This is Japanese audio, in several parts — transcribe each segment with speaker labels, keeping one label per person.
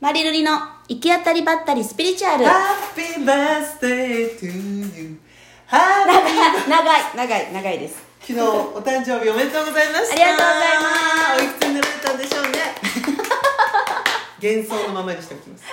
Speaker 1: マリルリの行き当たりばったりスピリチュアル。長
Speaker 2: Happy birthday to you. Happy-
Speaker 1: い、 長い、長い、長いです。
Speaker 2: 昨日お誕生日おめでとうございました。
Speaker 1: ありがとうございます
Speaker 2: おいくつになられたんでしょうね。 幻想のままにしておきます。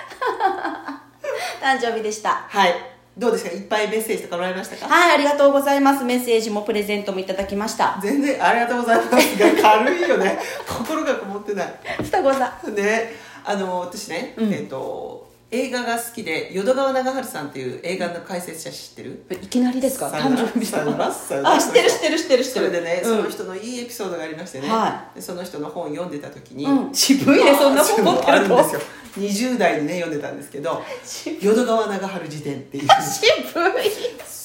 Speaker 1: 誕生日でした。
Speaker 2: はい。どうですか。いっぱいメッセージとかもらいましたか。
Speaker 1: はい、ありがとうございます。メッセージもプレゼントもいただきました。
Speaker 2: 全然ありがとうございますが軽いよね。 心がこもってない。
Speaker 1: 双子座。
Speaker 2: ね、あの私ね、
Speaker 1: うん
Speaker 2: えっ、と映画が好きで淀川長春さんっていう映画の解説者知ってる？
Speaker 1: いきなりですか
Speaker 2: さよ
Speaker 1: 誕
Speaker 2: なら
Speaker 1: 生日
Speaker 2: さよならさよなら
Speaker 1: あ、知ってる知ってる知ってる知って
Speaker 2: そ
Speaker 1: る。
Speaker 2: れでね、
Speaker 1: うん
Speaker 2: その人のいいエピソードがありましてね、
Speaker 1: は
Speaker 2: でその人の本読んでた時に、
Speaker 1: うん渋いねそんな本持ってると
Speaker 2: あるんですよ20代にね読んでたんですけど
Speaker 1: 渋
Speaker 2: 「淀川長春辞典」っていう
Speaker 1: 渋い。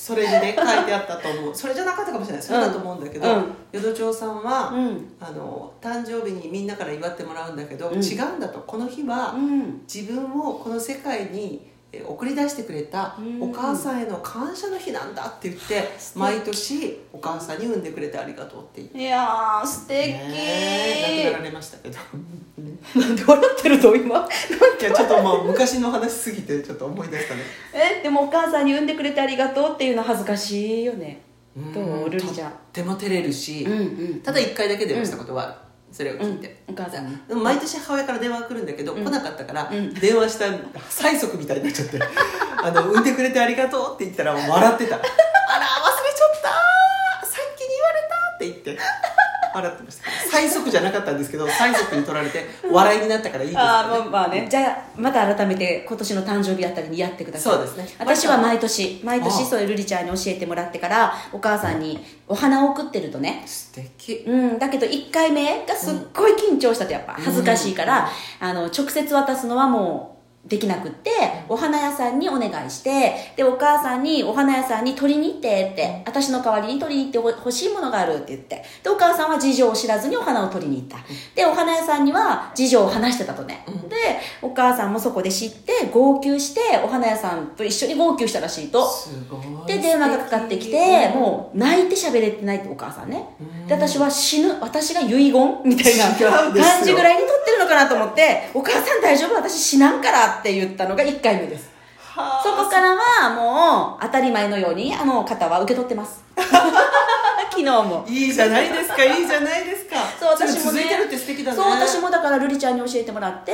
Speaker 2: それにね書いてあったと思 うそれじゃなかったかもしれないそれだと思うんだけど、
Speaker 1: うん
Speaker 2: 淀町さんは、
Speaker 1: うん
Speaker 2: あの誕生日にみんなから祝ってもらうんだけど、
Speaker 1: うん
Speaker 2: 違うんだとこの日は、
Speaker 1: うん。
Speaker 2: 自分をこの世界にえー送り出してくれた
Speaker 1: うん
Speaker 2: お母さんへの感謝の日なんだって言って毎年お母さんに産んでくれてありがとうって言って、
Speaker 1: いやー、素敵
Speaker 2: ねえ亡くなられましたけど
Speaker 1: なんで笑ってるの今。なん
Speaker 2: いやちょっともう昔の話すぎてちょっと思い出したね
Speaker 1: え、でもお母さんに産んでくれてありがとうっていうの恥ずかしいよね。どうルリちゃん
Speaker 2: とっても照れるし、
Speaker 1: ん
Speaker 2: ただ1回だけ電話したことはある、それを聞いて、
Speaker 1: うんお母さんに
Speaker 2: でも毎年母親から電話が来るんだけど、来なかったから、
Speaker 1: うん
Speaker 2: 電話した催促みたいになっちゃって 「あの産んでくれてありがとう」って言ったらも う笑ってた「あら忘れちゃったさっきに言われた」って言って笑ってました催促じゃなかったんですけど催促に取られて笑いになったからいいです
Speaker 1: あ
Speaker 2: よ
Speaker 1: ーまあまあねじゃあまた改めて今年の誕生日あたりにやってください
Speaker 2: そうですね
Speaker 1: 私は毎年毎
Speaker 2: あ
Speaker 1: 年
Speaker 2: あ
Speaker 1: そういうルリちゃんに教えてもらってからお母さんにお花を送ってるとね
Speaker 2: 素敵
Speaker 1: うん、だけど1回目がすっごい緊張したとやっぱ恥ずかしいから、あの直接渡すのはもうできなくってお花屋さんにお願いしてでお母さんにお花屋さんに取りに行ってって私の代わりに取りに行ってほ欲しいものがあるって言ってでお母さんは事情を知らずにお花を取りに行ったでお花屋さんには事情を話してたとね、でお母さんもそこで知って号泣してお花屋さんと一緒に号泣したらしいと
Speaker 2: すごい
Speaker 1: で電話がかかってきてもう泣いて喋れてないってお母さんねで私は死ぬ私が遺言みたいな
Speaker 2: 違うんですよ
Speaker 1: 感じぐらいに撮ってるのかなと思って「お母さん大丈夫私死なんから」って言ったのが1回目です
Speaker 2: はあ
Speaker 1: そこからはもう当たり前のようにあの方は受け取ってます 昨日も
Speaker 2: いいじゃないですかいいじゃないですか
Speaker 1: そう私も、
Speaker 2: れ
Speaker 1: ね、
Speaker 2: 続いてるって素敵だね
Speaker 1: そう私もだからルリちゃんに教えてもらって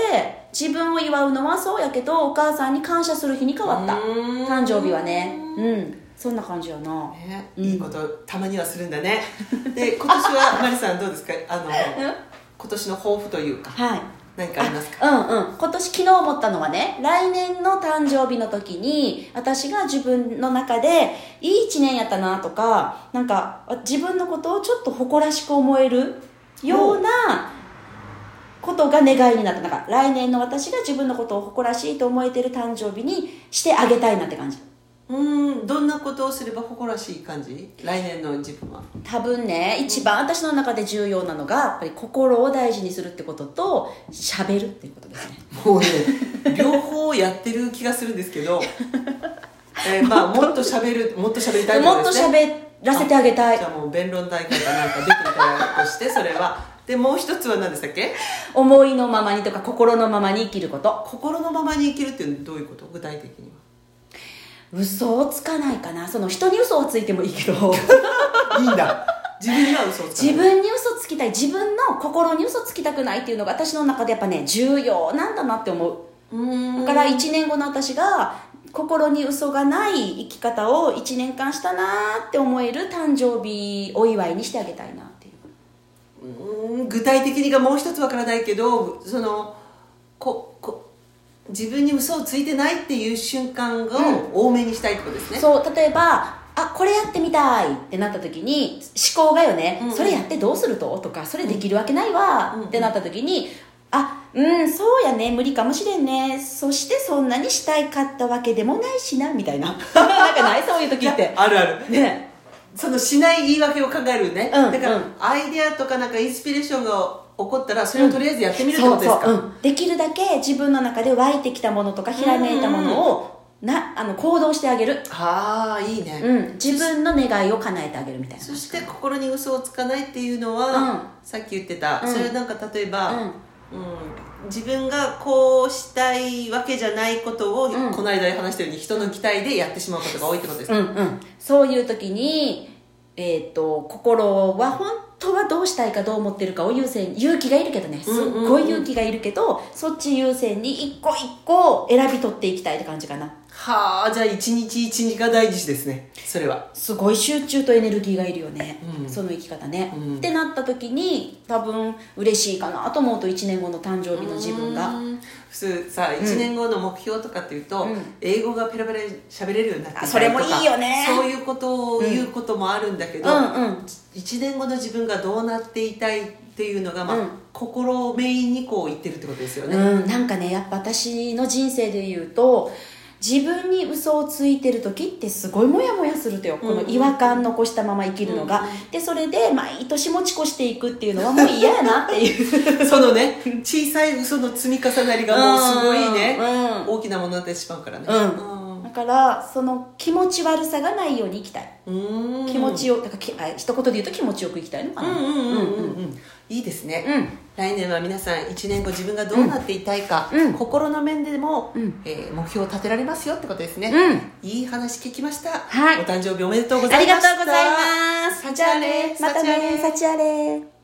Speaker 1: 自分を祝うのはそうやけどお母さんに感謝する日に変わった
Speaker 2: うーん
Speaker 1: 誕生日はねうんそんな感じやな
Speaker 2: ね、
Speaker 1: うん
Speaker 2: いいことたまにはするんだねで今年 はマリさんどうですかあの今年の抱負というか
Speaker 1: はい
Speaker 2: 何かありますか
Speaker 1: うんうん今年昨日思ったのはね来年の誕生日の時に私が自分の中でいい1年やったなとかなんか自分のことをちょっと誇らしく思えるようなことが願いになったなんか来年の私が自分のことを誇らしいと思えてる誕生日にしてあげたいなって感じ
Speaker 2: うーんどんなことをすれば誇らしい感じ来年の自分は
Speaker 1: 多分ね一番私の中で重要なのがやっぱり心を大事にするってことと喋るっていうことですね
Speaker 2: も うね両方やってる気がするんですけど、 えーまあもっと喋るもっと喋りたい
Speaker 1: も
Speaker 2: こ
Speaker 1: っ
Speaker 2: と
Speaker 1: と
Speaker 2: ですね
Speaker 1: 喋らせてあげたい
Speaker 2: じゃあもう弁論大会かなんか出ていただくとしてそれはでもう一つは何でしたっけ
Speaker 1: 思いのままにとか心のままに生きること
Speaker 2: 心のままに生きるっていうのはどういうこと具体的に
Speaker 1: 嘘をつかないかなその人に嘘をついてもいいけど
Speaker 2: はいいんだ自分には嘘をつかない
Speaker 1: 自分に嘘つきたい自分の心に嘘つきたくないっていうのが私の中でやっぱね重要なんだなって思うだから1年後の私が心に嘘がない生き方を1年間したなーって思える誕生日お祝いにしてあげたいなっていう
Speaker 2: うーん具体的にがもう一つわからないけどそのここ自分に嘘をついてないっていう瞬間を多めにしたいってことですね、
Speaker 1: そう例えばあこれやってみたいってなった時に思考がよね、
Speaker 2: うん
Speaker 1: それやってどうするととかそれできるわけないわ、
Speaker 2: うん
Speaker 1: ってなった時にあうんそうやね無理かもしれんねそしてそんなにしたいかったわけでもないしなみたいな なんかないそういう時っ
Speaker 2: いや
Speaker 1: て
Speaker 2: あるある
Speaker 1: ね
Speaker 2: そのしない言い訳を考えるね、
Speaker 1: うん
Speaker 2: だから、
Speaker 1: うん
Speaker 2: アイデアとかなんかインスピレーションが起こったらそれをとりあえずやってみるってこ
Speaker 1: そ
Speaker 2: と
Speaker 1: う
Speaker 2: ですか、
Speaker 1: そう、うん、できるだけ自分の中で湧いてきたものとかひらめいたものをなあの行動してあげる、
Speaker 2: ああいいね、
Speaker 1: うん、自分の願いを叶えてあげるみたいな
Speaker 2: そして心に嘘をつかないっていうの
Speaker 1: うん
Speaker 2: は、さっき言ってた、
Speaker 1: うん
Speaker 2: それはなんか例えば、
Speaker 1: うん
Speaker 2: うん自分がこうしたいわけじゃないことを、
Speaker 1: ん
Speaker 2: この間話したように人の期待でやってしまうことが多いってことです
Speaker 1: う
Speaker 2: ね、
Speaker 1: んうん、そういう時に、えー、と心は本当はどうしたいかどう思ってるかを優先勇気がいるけどねすっごい勇気がいるけど、そっち優先に一個一個選び取っていきたいって感じかな
Speaker 2: はあじゃあ一日一日が大事ですねそれは
Speaker 1: すごい集中とエネルギーがいるよね、
Speaker 2: うん
Speaker 1: その生き方ね、
Speaker 2: うん
Speaker 1: ってなった時に多分嬉しいかなと思うと1年後の誕生日の自分が、
Speaker 2: うん普通さ1年後の目標とかっていうと、
Speaker 1: うん
Speaker 2: 英語がペラペラ喋れるようになっ
Speaker 1: あ
Speaker 2: ていたりとか
Speaker 1: それもいいよね
Speaker 2: そういうことを言うこともあるんだけ
Speaker 1: う
Speaker 2: ど、
Speaker 1: んうん
Speaker 2: 一1年後の自分がどうなっていたいっていうのが、まあ
Speaker 1: うん
Speaker 2: 心をメインにこう言ってるってことですよね、
Speaker 1: うん、なんかねやっぱ私の人生で言うと自分に嘘をついてる時ってすごいモヤモヤするとよ、この違和感残したまま生きるのが、でそれで毎年持ち越していくっていうのはもう嫌やなっていう
Speaker 2: そのね小さい嘘の積み重なりがもうすごいね、
Speaker 1: うん
Speaker 2: 大きなものになってしまうからね
Speaker 1: うんだからその気持ち悪さがないように生きたい
Speaker 2: うん
Speaker 1: 気持ちよだからきあ一言で言うと気持ちよく生きたいのか
Speaker 2: うん
Speaker 1: な
Speaker 2: うんうんうん
Speaker 1: うん
Speaker 2: うんいいですね、
Speaker 1: うん
Speaker 2: 来年は皆さん1年後自分がどうなっていたいか、
Speaker 1: うん
Speaker 2: 心の面でも、
Speaker 1: うん
Speaker 2: えー目標を立てられますよってことですね、
Speaker 1: う
Speaker 2: いい話聞きました、
Speaker 1: はい
Speaker 2: お誕生日おめでとうご
Speaker 1: あ
Speaker 2: ざい
Speaker 1: りが
Speaker 2: まし
Speaker 1: と
Speaker 2: た
Speaker 1: うございます
Speaker 2: 幸あれ
Speaker 1: またね
Speaker 2: 幸あれ
Speaker 1: 幸あれ